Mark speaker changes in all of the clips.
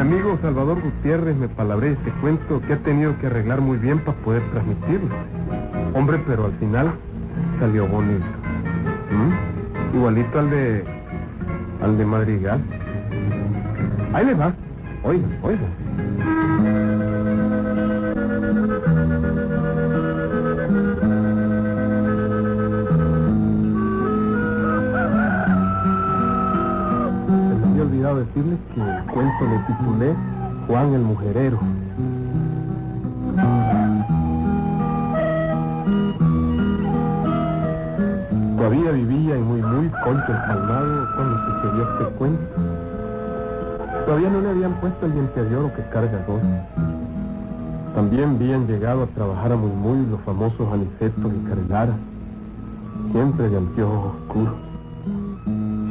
Speaker 1: amigo Salvador Gutiérrez me palabré este cuento que ha tenido que arreglar muy bien para poder transmitirlo. Hombre, pero al final salió bonito. ¿Mm? Igualito al de. al de Madrigal. Ahí le va. Oiga, oiga. Se me había olvidado decirles que el cuento le titulé Juan el Mujerero. Todavía vivía y muy, muy concho el palmado cuando sucedió este cuento. Todavía no le habían puesto el diente de oro que carga gozo. También habían llegado a trabajar a muy, muy los famosos anicetos y cargaras, siempre de anteojos oscuros,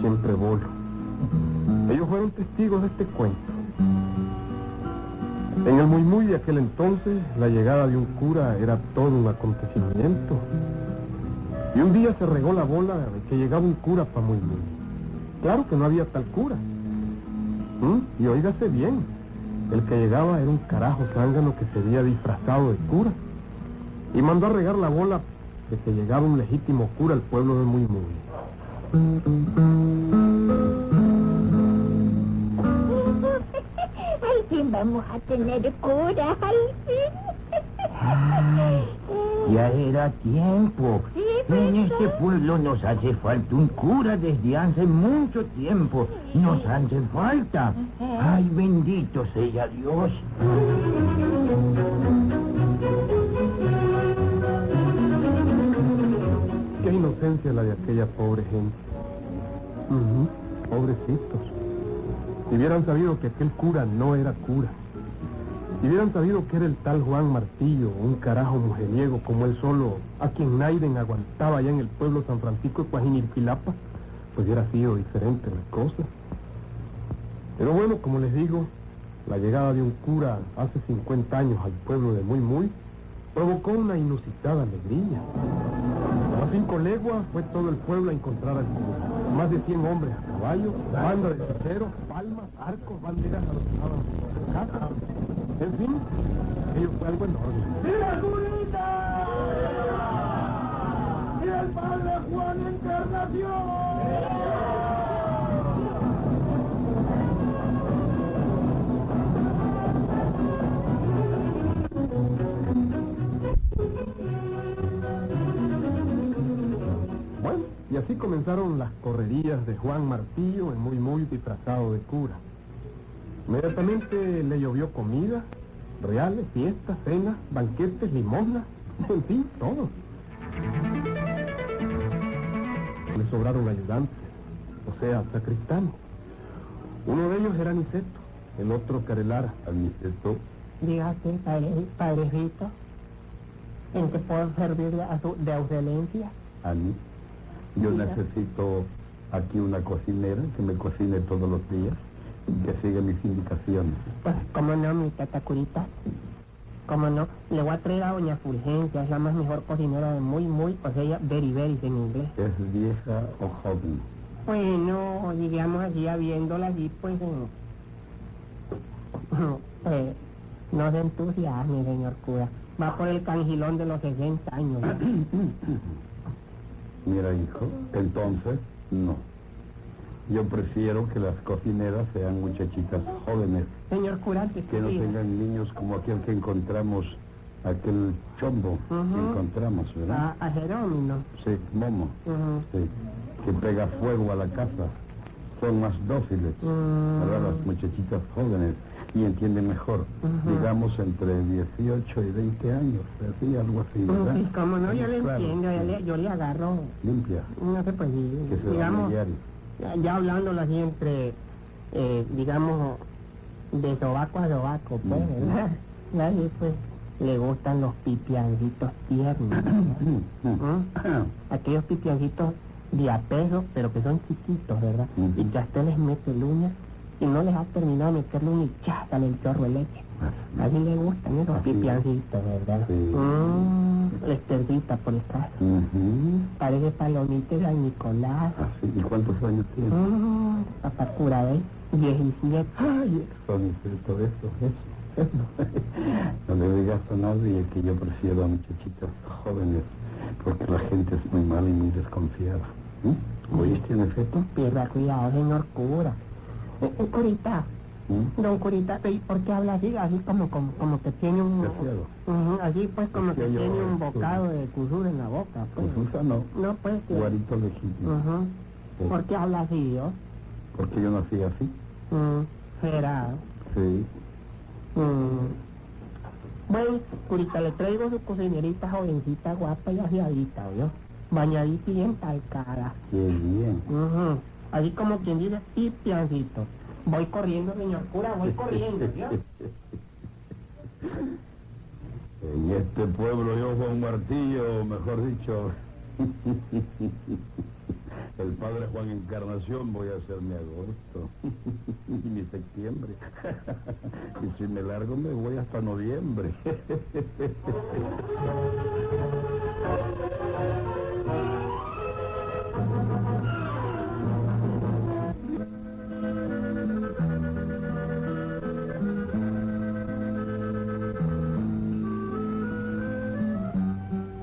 Speaker 1: siempre bolo. Ellos fueron testigos de este cuento. En el muy muy de aquel entonces, la llegada de un cura era todo un acontecimiento. Y un día se regó la bola de que llegaba un cura para muy muy. Claro que no había tal cura. ¿Mm? Y oígase bien, el que llegaba era un carajo zángano que se había disfrazado de cura. Y mandó a regar la bola de que llegaba un legítimo cura al pueblo de muy muy.
Speaker 2: Al fin vamos a tener cura, al fin.
Speaker 3: Ya era tiempo.
Speaker 2: Sí, pues,
Speaker 3: en
Speaker 2: ¿verdad?
Speaker 3: este pueblo nos hace falta un cura desde hace mucho tiempo. Nos hace falta.
Speaker 2: Ajá.
Speaker 3: Ay, bendito sea Dios.
Speaker 1: Qué inocencia la de aquella pobre gente. Ujú, Pobrecitos. Si hubieran sabido que aquel cura no era cura. Si hubieran sabido que era el tal Juan Martillo, un carajo mujeriego como él solo, a quien Naiden aguantaba allá en el pueblo San Francisco de Cuajinilpilapa, pues hubiera sido diferente la cosa. Pero bueno, como les digo, la llegada de un cura hace 50 años al pueblo de Muy Muy provocó una inusitada alegría. A cinco leguas fue todo el pueblo a encontrar al cura. Más de 100 hombres a caballo, banda de hechiceros, palmas, arcos, banderas adornadas por casa. En fin, ello fue algo enorme.
Speaker 4: ¡Mira, Julita! ¡Y el padre Juan Encarnación!
Speaker 1: Bueno, y así comenzaron las correrías de Juan Martillo, el muy muy disfrazado de cura. Inmediatamente le llovió comida, reales, fiestas, cenas, banquetes, limosnas, en fin, todo. Le sobraron ayudantes, o sea, sacristanes. Uno de ellos era Aniceto, el otro Carelara. Aniceto
Speaker 5: Dígase, padre, padrecito, en que puedo servirle a su, de excelencia.
Speaker 6: A mí. Yo
Speaker 5: Mira.
Speaker 6: necesito aquí una cocinera que me cocine todos los días y que siga mis indicaciones.
Speaker 5: Pues, cómo no, mi catacurita. Cómo no, le voy a traer a doña Fulgencia, es la más mejor cocinera de muy, muy, pues ella, very, very en inglés.
Speaker 6: ¿Es vieja o joven?
Speaker 5: Bueno, digamos así, ya viéndola allí, pues, en- eh, no se entusiasme, señor cura. Va por el cangilón de los 60 años. ya.
Speaker 6: Mira, hijo, entonces no. Yo prefiero que las cocineras sean muchachitas jóvenes,
Speaker 5: señor cura, que
Speaker 6: que no tengan niños como aquel que encontramos, aquel chombo
Speaker 5: Ujú. Ah.
Speaker 6: que encontramos, ¿verdad?
Speaker 5: a, a Jerónimo.
Speaker 6: Sí, momo,
Speaker 5: Ujú.
Speaker 6: sí, que pega fuego a la casa. Son más dóciles.
Speaker 5: Mm.
Speaker 6: Ahora las muchachitas jóvenes y entienden mejor,
Speaker 5: Ujú.
Speaker 6: digamos entre 18 y 20 años, así, algo así, ¿verdad?
Speaker 5: Sí, como no, yo le
Speaker 6: Claro,
Speaker 5: entiendo, yo
Speaker 6: sí.
Speaker 5: le, yo le agarro,
Speaker 6: Limpia,
Speaker 5: no sé, pues, y-
Speaker 6: que se
Speaker 5: digamos,
Speaker 6: va a diario.
Speaker 5: ya, ya hablándolo así entre, eh, digamos, de sobaco a sobaco, pues,
Speaker 6: Ujú.
Speaker 5: ¿verdad? Nadie, pues, le gustan los pipiancitos tiernos, ¿verdad? Ujú. aquellos pipiancitos de a peso, pero que son chiquitos, ¿verdad?
Speaker 6: Ujú.
Speaker 5: Y que a usted les mete el uña y no les ha terminado de meterle un hichaza en el chorro de leche. A mí le gustan esos
Speaker 6: Así es.
Speaker 5: pipiancitos, ¿verdad?
Speaker 6: Sí.
Speaker 5: Mm, les perdita por el caso.
Speaker 6: Ujú,
Speaker 5: Parece palomita de San Nicolás.
Speaker 6: así. ¿Y cuántos años tiene?
Speaker 5: Mm, papá cura, Ah, ¿eh? 17.
Speaker 1: Ay, eso ni cierto, eso, eso, eso. No le digas a nadie que yo prefiero a muchachitas jóvenes, porque la gente es muy mala y muy desconfiada. ¿Mm? ¿Oíste en efecto?
Speaker 5: Pierda cuidado, señor cura. Eh, eh, curita,
Speaker 1: ¿Mm?
Speaker 5: don curita, ¿y por qué habla así? Así como, como, como que tiene un...
Speaker 1: Desgraciado.
Speaker 5: Ujú, así pues como que
Speaker 1: Desgraciado,
Speaker 5: tiene un
Speaker 1: eh,
Speaker 5: bocado de cusura en la boca, pues.
Speaker 1: Pues Susano,
Speaker 5: No, pues... que-
Speaker 1: guarito legítimo.
Speaker 5: Ujú.
Speaker 1: Sí.
Speaker 5: ¿Por qué habla así yo?
Speaker 1: Porque yo nací así.
Speaker 5: Mm, será.
Speaker 1: Sí.
Speaker 5: Mm. Bueno, curita, le traigo su cocinerita jovencita, guapa y aseadita, ¿oyó? Bañadita y bien talcada.
Speaker 1: Qué bien.
Speaker 5: Ujú. Así como quien dice, sí, piancito. Voy corriendo, señor cura, voy corriendo, ¿oyó?
Speaker 1: En este pueblo yo con un martillo, mejor dicho. El padre Juan Encarnación voy a hacer mi agosto y mi septiembre. Y si me largo me voy hasta noviembre.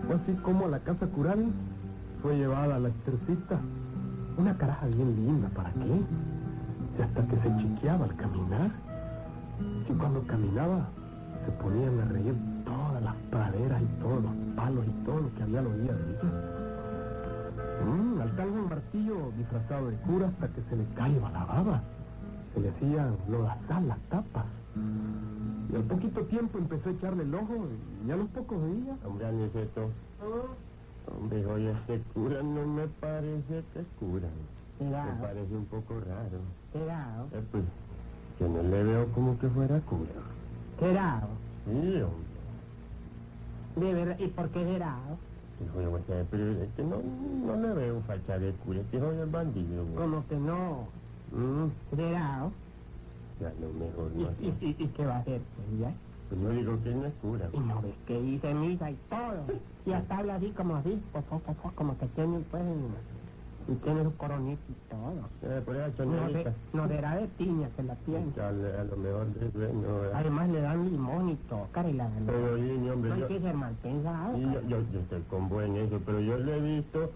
Speaker 7: Fue así como a la casa cural fue llevada la estercita. Una caraja bien linda, ¿para qué? Y hasta que se chiqueaba al caminar. Y cuando caminaba, se ponían a reír todas las praderas y todos los palos y todo lo que había al oído de ella. Mm, al tal Juan martillo disfrazado de cura hasta que se le caía la baba. Se le hacían lodazar las tapas. Y al poquito tiempo empezó a echarle el ojo y a los pocos días
Speaker 6: Hombre, Aniceto. Hombre, oye, este cura no me parece que es cura. Me
Speaker 5: Será,
Speaker 6: parece un poco raro.
Speaker 5: será,
Speaker 6: Eh, pues, yo no le veo como que fuera cura.
Speaker 5: será.
Speaker 6: Sí, hombre.
Speaker 5: De verdad, ¿y por qué será?
Speaker 6: Dijo yo, pues, eh, pero es que no, no le veo facha de cura. Este joven es bandido. güey.
Speaker 5: Como que no,
Speaker 6: Mm,
Speaker 5: será.
Speaker 6: Ya, lo mejor
Speaker 5: ¿Y,
Speaker 6: no.
Speaker 5: y, y, y qué va a hacer? pues, ya?
Speaker 6: Pues yo digo que no es cura.
Speaker 5: Y no ves que dice misa y todo. Y hasta habla así como así, po, po, po, po, como que tiene pues y tiene su coronita y todo.
Speaker 6: Eh, por esa
Speaker 5: No, se-
Speaker 6: chanerita.
Speaker 5: no será de piña que la tiene.
Speaker 6: A lo a lo mejor es bueno. eh.
Speaker 5: Además le dan limón y tocar y la verdad.
Speaker 6: Pero, niño, hombre,
Speaker 5: No
Speaker 6: yo-
Speaker 5: hay que ser mal pensado.
Speaker 6: Sí, yo,
Speaker 5: cara.
Speaker 6: yo, yo estoy con buen eso, pero yo lo he visto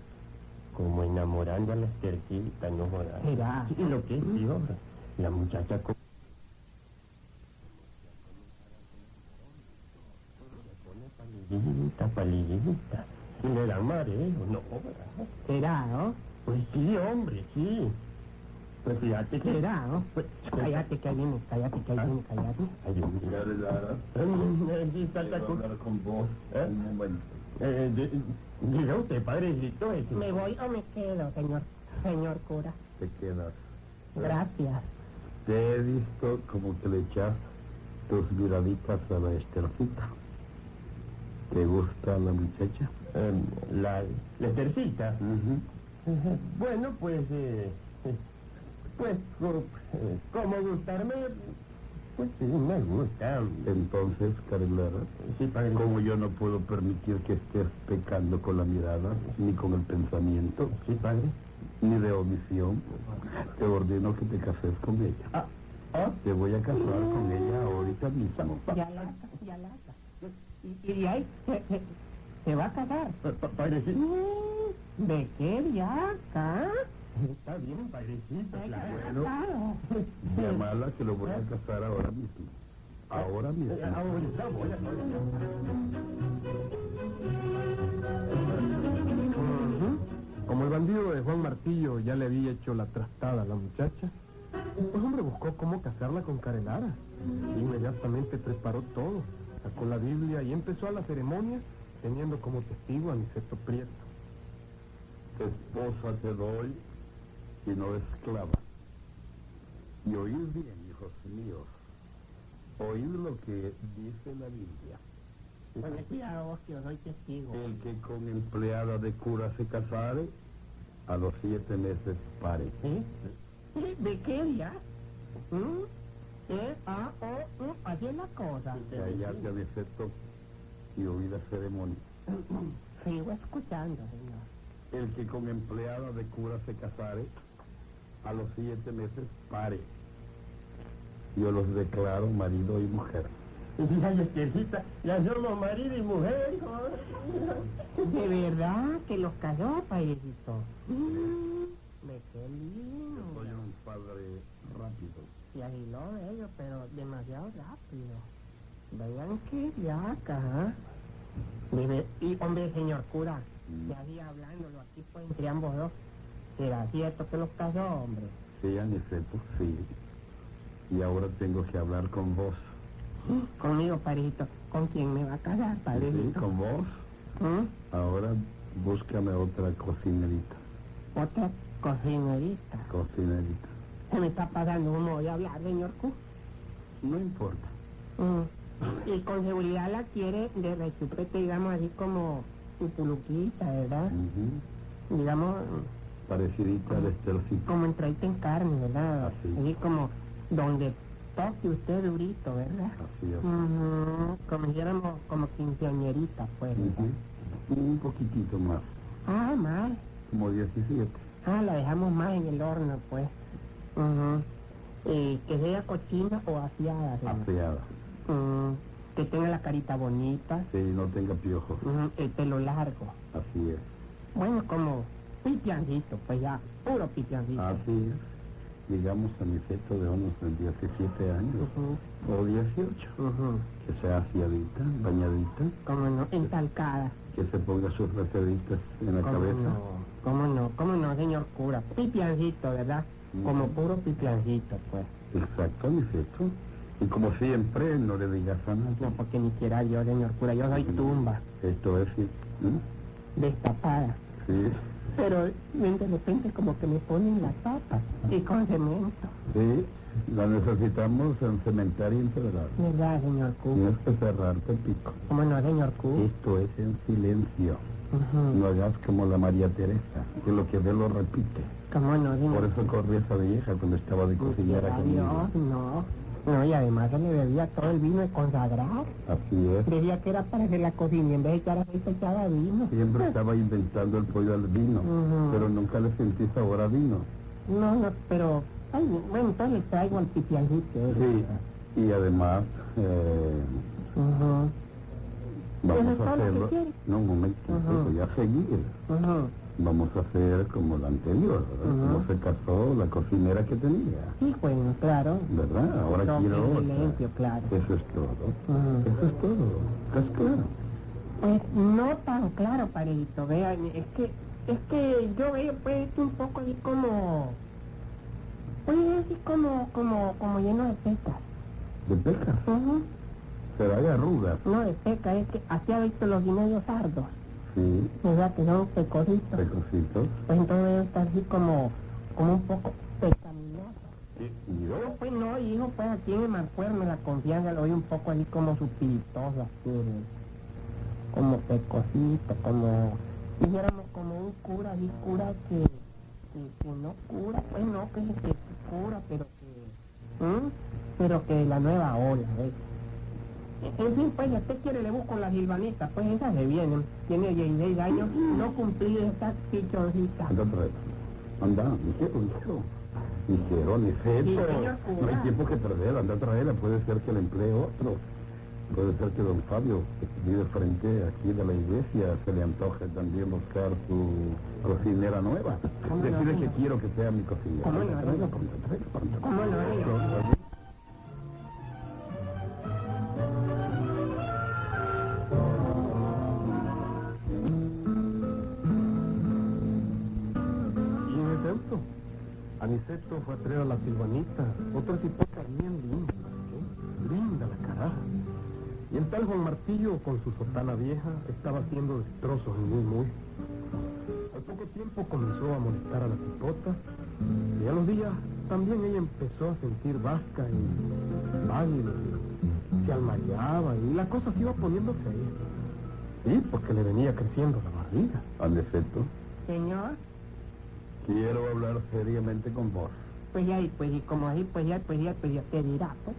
Speaker 6: como enamorando a la esterquita, no jodas.
Speaker 5: Mira.
Speaker 6: Y lo que es, sí, hombre, la muchacha co- se pone palillita, palillita, y le da mareo, no jodas.
Speaker 5: Será, ¿no?
Speaker 6: Pues sí, hombre, sí. Pues fíjate que...
Speaker 5: Será, ¿no?
Speaker 6: Pues,
Speaker 5: Cállate que ahí viene, cállate que ahí viene, cállate.
Speaker 6: Ay, Dios mío.
Speaker 1: Ya le darás.
Speaker 6: Eh, sí,
Speaker 1: Quiero
Speaker 6: tanta cosa.
Speaker 1: hablar con vos
Speaker 6: ¿Eh?
Speaker 1: en un momento.
Speaker 6: Eh, di- Diga usted, padrecito, eh, eso.
Speaker 5: ¿Me voy o me quedo, señor? Señor cura.
Speaker 1: Te quedas.
Speaker 5: Gracias.
Speaker 1: Te he visto como que le echas tus miraditas a la estercita. ¿Te gusta la muchacha?
Speaker 6: Eh, la, la estercita. Bueno, pues, eh, eh, pues, co- eh, como gustarme, pues sí, me gusta.
Speaker 1: Entonces, Carelara,
Speaker 6: Sí, padre.
Speaker 1: como yo no puedo permitir que estés pecando con la mirada, ni con el pensamiento,
Speaker 6: Sí, padre.
Speaker 1: ni de omisión, te ordeno que te cases con ella.
Speaker 6: Ah, ah,
Speaker 1: Te voy a casar con ella ahorita mismo.
Speaker 5: Ya la, ya la. Y, y ahí se, se- se va a casar. Mm,
Speaker 6: pa- pa- padrecito.
Speaker 5: ¿De qué viaja?
Speaker 6: Está bien, padrecito,
Speaker 1: Pues
Speaker 6: claro.
Speaker 5: Claro.
Speaker 1: Llamala que lo voy a casar ahora mismo. Ahora mismo.
Speaker 6: Eh, ahorita voy a-
Speaker 7: Como el bandido de Juan Martillo ya le había hecho la trastada a la muchacha, pues hombre buscó cómo casarla con Carelara. Inmediatamente preparó todo, sacó la Biblia y empezó a la ceremonia teniendo como testigo a Niceto Prieto.
Speaker 1: esposa te doy y no esclava. Y oíd bien, hijos míos, oíd lo que dice la Biblia.
Speaker 5: Pues cuidado, que yo soy testigo.
Speaker 1: El que con empleada de cura se casare, a los siete meses pare.
Speaker 5: ¿Eh? ¿De qué día? ¿Mm? E, A, O, U, así es la cosa.
Speaker 1: Callate al efecto y oíd la ceremonia.
Speaker 5: Sigo escuchando, señor.
Speaker 1: El que con empleada de cura se casare, a los siete meses pare.
Speaker 6: yo los declaro marido y mujer.
Speaker 3: Ya, Yestercita, ya somos marido y mujer, joder.
Speaker 5: De verdad que los cayó, payecito. Me quedé lindo.
Speaker 1: Pues
Speaker 6: Soy un padre rápido.
Speaker 5: Se agiló de ellos, pero demasiado rápido. Vean qué viaca, ¿ah? Mire, y hombre, señor cura,
Speaker 6: Mm.
Speaker 5: ya había hablándolo aquí pues, entre ambos dos. ¿Será cierto que los cayó, hombre?
Speaker 6: Ella ni se sí. Y ahora tengo que hablar con vos.
Speaker 5: Conmigo, parejito. ¿Con quién me va a casar,
Speaker 6: Sí,
Speaker 5: parejito?
Speaker 6: con vos.
Speaker 5: ¿Mm?
Speaker 6: Ahora búscame otra cocinerita.
Speaker 5: Otra cocinerita.
Speaker 6: Cocinerita.
Speaker 5: Se me está pagando un modo de hablar, señor Q.
Speaker 6: No importa.
Speaker 5: Mm. Y con seguridad la quiere de rechupete, digamos, así como pupuluquita, ¿verdad?
Speaker 6: Ujú.
Speaker 5: Digamos,
Speaker 6: Parecidita al estercito.
Speaker 5: como entradita en carne, ¿verdad?
Speaker 6: Así.
Speaker 5: Así como donde toque usted durito, ¿verdad?
Speaker 6: Así es.
Speaker 5: Ujú, Como dijéramos, como quinceañerita, pues. ¿verdad?
Speaker 6: Ujú. Un poquitito más.
Speaker 5: Ah, mal.
Speaker 6: Como 17.
Speaker 5: Ah, la dejamos más en el horno, pues. Ujú. Eh, que sea cochina o afiada. señor.
Speaker 6: Apeada.
Speaker 5: Mm, que tenga la carita bonita,
Speaker 6: Sí, no tenga piojos.
Speaker 5: ujú, el pelo largo.
Speaker 6: Así es.
Speaker 5: Bueno, como pipiancito, pues ya, puro pipiancito.
Speaker 6: Así es. Llegamos a mi feto de unos 17 años.
Speaker 5: Ujú,
Speaker 6: O 18.
Speaker 5: ujú.
Speaker 6: Que sea afiadita, bañadita.
Speaker 5: Cómo no, entalcada.
Speaker 6: Que se ponga sus receditas en la
Speaker 5: Cómo
Speaker 6: cabeza.
Speaker 5: no, cómo no, cómo no, señor cura. Pipiancito, ¿verdad?
Speaker 6: Mm.
Speaker 5: Como puro pipiancito, pues.
Speaker 6: Exacto, mi feto. Y como siempre, no le digas a
Speaker 5: No,
Speaker 6: nadie.
Speaker 5: porque ni quiera yo, señor cura. Yo soy tumba,
Speaker 6: Esto es, sí. ¿Mm?
Speaker 5: destapada.
Speaker 6: Sí,
Speaker 5: Pero de repente como que me ponen la tapa y con cemento.
Speaker 6: sí. La necesitamos en cementerio integral.
Speaker 5: ¿Verdad, señor Q?
Speaker 6: Tienes que cerrarte el pico.
Speaker 5: ¿Cómo no, señor Q?
Speaker 6: Esto es en silencio.
Speaker 5: Ujú.
Speaker 6: No hagas como la María Teresa, que lo que ve lo repite.
Speaker 5: ¿Cómo no,
Speaker 6: Por
Speaker 5: señor
Speaker 6: eso corría esa vieja cuando estaba de cocinera conmigo.
Speaker 5: Dios, no. No, y además se le bebía todo el vino de consagrar.
Speaker 6: Así es.
Speaker 5: Decía que era para que la cocina y en vez de echar aceite echaba vino.
Speaker 6: Siempre estaba inventando el pollo al vino,
Speaker 5: Ujú.
Speaker 6: pero nunca le sentí sabor a vino.
Speaker 5: No, no, pero... Ay, bueno, entonces traigo al pipiangito.
Speaker 6: Sí. Y además, eh,
Speaker 5: Ujú,
Speaker 6: vamos
Speaker 5: Pero
Speaker 6: a
Speaker 5: todo lo que
Speaker 6: hacerlo.
Speaker 5: quieres.
Speaker 6: No, un momento,
Speaker 5: Ujú.
Speaker 6: voy a seguir.
Speaker 5: ujú.
Speaker 6: Vamos a hacer como la anterior, ¿verdad?
Speaker 5: Ujú.
Speaker 6: Como se casó la cocinera que tenía,
Speaker 5: Sí, bueno, claro.
Speaker 6: ¿verdad? Ahora
Speaker 5: No,
Speaker 6: quiero
Speaker 5: que es
Speaker 6: otra.
Speaker 5: limpio, claro.
Speaker 6: Eso es todo.
Speaker 5: Ujú.
Speaker 6: Eso es todo. ¿Estás claro?
Speaker 5: Pues no tan claro, parejito, vean, es que, es que yo veo pues esto un poco así como, pues así como, como, como lleno de pecas.
Speaker 6: De pecas.
Speaker 5: Ujú.
Speaker 6: Será de arrugas.
Speaker 5: No de pecas, es que así ha visto los guineos sardos,
Speaker 6: Sí,
Speaker 5: ¿verdad? Que son pecositos.
Speaker 6: pecositos.
Speaker 5: Pues entonces veo está así como, como un poco pecaminoso.
Speaker 6: ¿Y yo?
Speaker 5: Pues no, hijo, pues aquí en el mancuerno la confianza lo oí un poco así como suspiritoso, así, ¿no? como pecosito, como, dijéramos como un cura, así cura que, que, que no cura, pues no, que, que cura, pero que, ¿Mm? pero que de la nueva ola, ¿ves? En- En fin, pues, si usted quiere, le busco las silvanitas, pues esas le vienen, tiene 16 años, no cumplido esta pichoncita.
Speaker 6: Anda otra vez. Anda, mi quiero, mi quiero. Mi quiero, mi
Speaker 5: Sí,
Speaker 6: feto.
Speaker 5: señor
Speaker 6: No hay
Speaker 5: cura.
Speaker 6: tiempo que perder, anda a traerla. Puede ser que la emplee otro. Puede ser que don Fabio, que vive frente aquí de la iglesia, se le antoje también buscar su cocinera nueva.
Speaker 5: ¿Cómo no,
Speaker 6: Decirle que
Speaker 5: señor?
Speaker 6: quiero que sea mi cocinera.
Speaker 5: ¿Cómo no,
Speaker 6: Anda, tráela,
Speaker 5: señor?
Speaker 6: anda, tráela, anda.
Speaker 5: ¿Cómo no, señor?
Speaker 1: Y en efecto, Aniceto Este fue a traer a la silvanita, otra cipoca bien linda, ¿eh? linda la caraja. Y el tal Juan Martillo, con su sotana vieja, estaba haciendo destrozos en muy muy. Al poco tiempo comenzó a molestar a la cipota, y a los días también ella empezó a sentir vasca y válido, y se almayaba, y la
Speaker 5: Pues
Speaker 1: cosa se iba poniendo fea. Sí, porque le venía creciendo la barriga.
Speaker 6: Aniceto,
Speaker 5: Señor,
Speaker 6: quiero hablar seriamente con vos.
Speaker 5: pues ya, y pues, y como así, pues ya, pues ya, pues ya, te dirá, pues.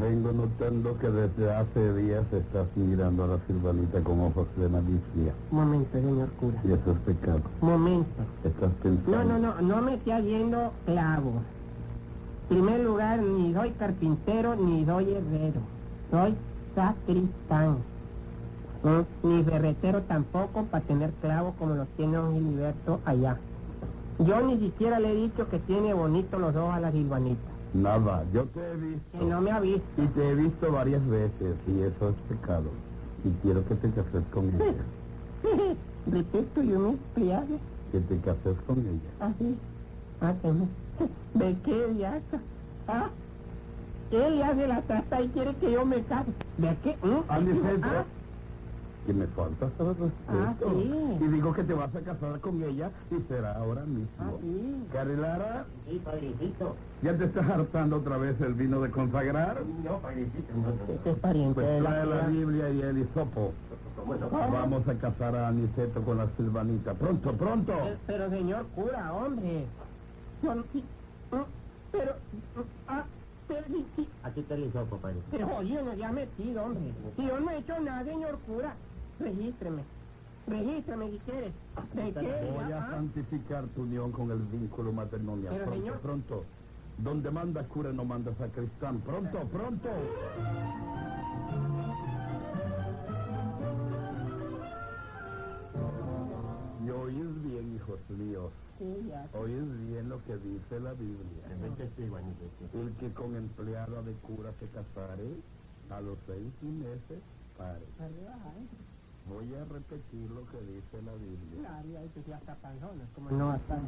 Speaker 6: Vengo notando que desde hace días estás mirando a la silvanita con ojos de malicia.
Speaker 5: Momento, señor cura.
Speaker 6: Y eso es pecado.
Speaker 5: Momento.
Speaker 6: Estás pensando.
Speaker 5: No, no, no, no me esté haciendo clavo. primer lugar, ni soy carpintero, ni soy herrero. Soy sacristán. ¿Eh? Ni ferretero tampoco para tener clavos como los tiene un Gilberto allá. Yo ni siquiera le he dicho que tiene bonitos los ojos a la silvanita.
Speaker 6: Nada, yo te he
Speaker 5: Que
Speaker 6: visto.
Speaker 5: no me avisa.
Speaker 6: Y te he visto varias veces y eso es pecado. Y quiero que te cases con ella.
Speaker 5: Repito, yo me espiaje.
Speaker 6: Que te cases con ella.
Speaker 5: Así. Máteme. Ah, ¿De qué diaca? ¿Ah? Él le hace la trata y quiere que yo me case. ¿De qué? ¿Mm?
Speaker 6: Aliceta.
Speaker 5: Ah,
Speaker 6: Que me falta todo respeto.
Speaker 5: Ah, sí.
Speaker 6: Y digo que te vas a casar con ella y será ahora mismo.
Speaker 5: ah, sí.
Speaker 6: Carilara,
Speaker 3: Sí, padrecito.
Speaker 6: ¿ya te estás hartando otra vez el vino de consagrar?
Speaker 3: No, padrecito, no, no.
Speaker 5: Este es pariente
Speaker 6: Pues
Speaker 5: de la
Speaker 6: trae la
Speaker 5: tía.
Speaker 6: Biblia y el hisopo.
Speaker 3: ¿Cómo no?
Speaker 6: Vamos a casar a Aniceto con la silvanita. Pronto, pronto.
Speaker 5: Eh, Pero señor cura, hombre. Yo no- sí, ¿eh? Pero... Ah, pero sí, sí,
Speaker 3: Aquí está el hisopo, padrecito.
Speaker 5: pero oye, no se ha metido, hombre. Si yo no he hecho nada, señor cura, regístreme. Regístreme si quieres. ¿De qué?
Speaker 6: Voy a
Speaker 5: Ah,
Speaker 6: santificar tu unión con el vínculo matrimonial.
Speaker 5: Pero,
Speaker 6: pronto,
Speaker 5: señor-
Speaker 6: pronto. Donde manda cura no manda sacristán. Pronto, pronto. Y oís bien, hijos míos.
Speaker 5: sí, ya.
Speaker 6: Oís bien lo que dice la Biblia.
Speaker 3: Vente, sí, Juanito.
Speaker 6: El que con empleada de cura se casare, a los seis meses pare. Voy a repetir lo que dice la Biblia.
Speaker 5: Claro, ahí que sí hasta panzones, como no Hmm. hasta...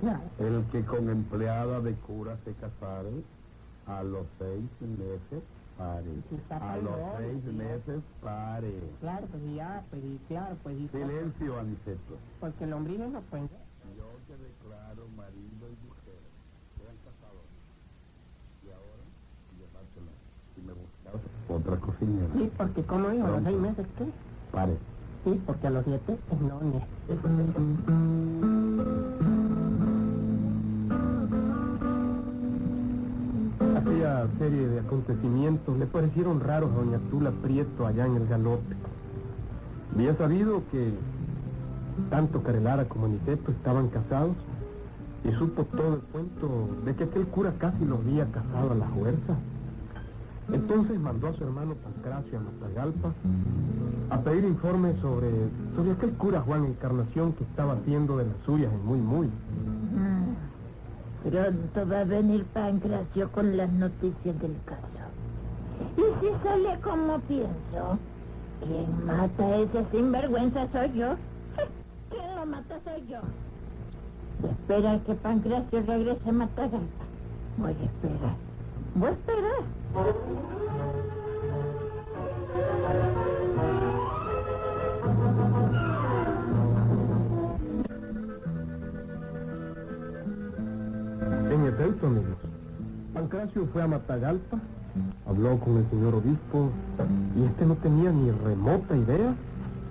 Speaker 5: Claro.
Speaker 6: El que con empleada de cura se casare, a los seis meses pare.
Speaker 5: Si está
Speaker 6: A los
Speaker 5: pelón,
Speaker 6: seis
Speaker 5: sí.
Speaker 6: meses pare.
Speaker 5: Claro, pues y ya, pues y claro, pues y... pues,
Speaker 6: Silencio, Aniceto.
Speaker 5: Porque el hombre no puede...
Speaker 6: Yo te declaro marido y mujer. Sean casados. Y ahora, llevártela. Y me buscas otra cocinera.
Speaker 5: Sí, porque como digo, a los seis meses, ¿qué?
Speaker 6: Pare.
Speaker 5: Sí, porque a los siete, pues, no, ni...
Speaker 1: Aquella serie de acontecimientos le parecieron raros a doña Tula Prieto allá en el galope. Había sabido que tanto Carelara como Niceto estaban casados y supo todo el cuento de que aquel cura casi los había casado a la fuerza. Entonces mandó a su hermano Pancracio a Matagalpa a pedir informes sobre, sobre aquel cura Juan Encarnación que estaba haciendo de las suyas en Muy Muy.
Speaker 2: Pronto va a venir Pancracio con las noticias del caso. Y si sale como pienso, quien mata a ese sinvergüenza soy yo. ¿Quién lo mata soy yo? Y espera que Pancracio regrese a Matagalpa. Voy a esperar. Voy a esperar.
Speaker 1: En efecto, amigos. Pancracio fue a Matagalpa, habló con el señor obispo, y este no tenía ni remota idea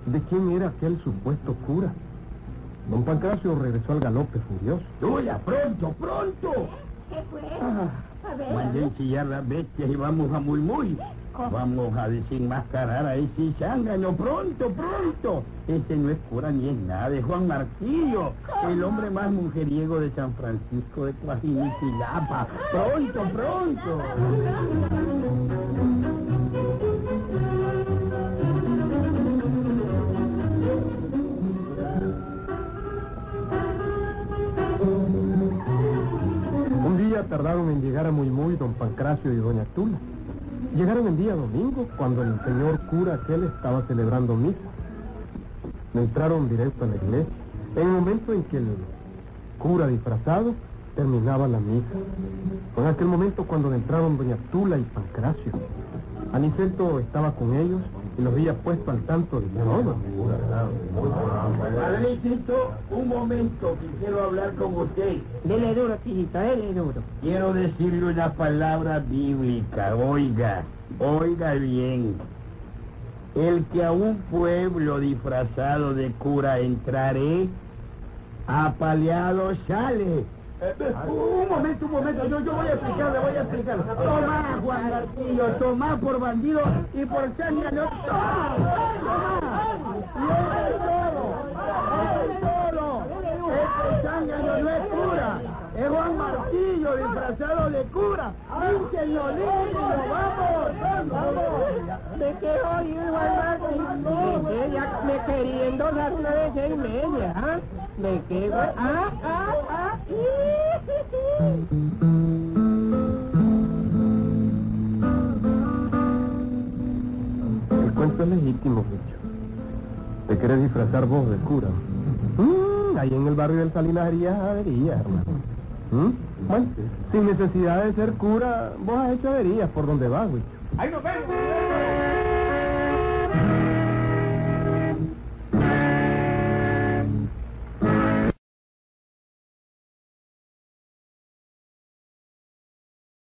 Speaker 1: de quién era aquel supuesto cura. Don Pancracio regresó al galope furioso.
Speaker 6: ¡Tula, pronto, pronto!
Speaker 2: ¿Qué fue?
Speaker 1: Ah,
Speaker 2: a ver, a ver.
Speaker 6: Manden chillar las bestias y vamos a muy muy.
Speaker 2: ¿Cómo?
Speaker 6: Vamos a desenmascarar a ese zángano pronto, pronto. Este no es cura ni es nada, es Juan Martillo, el hombre más mujeriego de San Francisco de Coajiniquilapa. Pronto, pronto.
Speaker 1: Un día tardaron en llegar a Muy Muy don Pancracio y doña Tula. Llegaron el día domingo, cuando el señor cura aquel estaba celebrando misa. Entraron directo a la iglesia, en el momento en que el cura disfrazado terminaba la misa. Fue en aquel momento cuando entraron doña Tula y Pancracio. Aniceto estaba con ellos y los había puesto al tanto de todo.
Speaker 6: Padrecito, un momento, que quiero hablar con usted.
Speaker 5: Dele duro, tijito, dele duro.
Speaker 6: Quiero decirle una palabra bíblica, oiga, oiga bien. El que a un pueblo disfrazado de cura entrare, apaleado sale. Eh, un momento, un momento, yo, yo voy a explicar, le voy a explicar. Tomá, Juan Martillo, tomá por bandido y por sangre. no- ¡Tomá! ¡Tomá! ¡Yo no es cura! ¡Es Juan Martillo disfrazado de
Speaker 8: de cura. ¡Ánquenlo, líquenlo! ¡Vamos! ¡Vamos!
Speaker 5: Me quiero ir, Juan Martín. Ya me queriendo dar una vez en media, ¿ah? Me quedo... ¡Ah, ah, ah!
Speaker 6: El cuento es legítimo, mucho. Te querés disfrazar vos de cura. Mm, ahí en el barrio del Salinas Herías averías, hermano. ¿Mm? Bueno, sin necesidad de ser cura, vos has hecho averías por donde vas, güey.
Speaker 8: ¡Ahí nos vemos!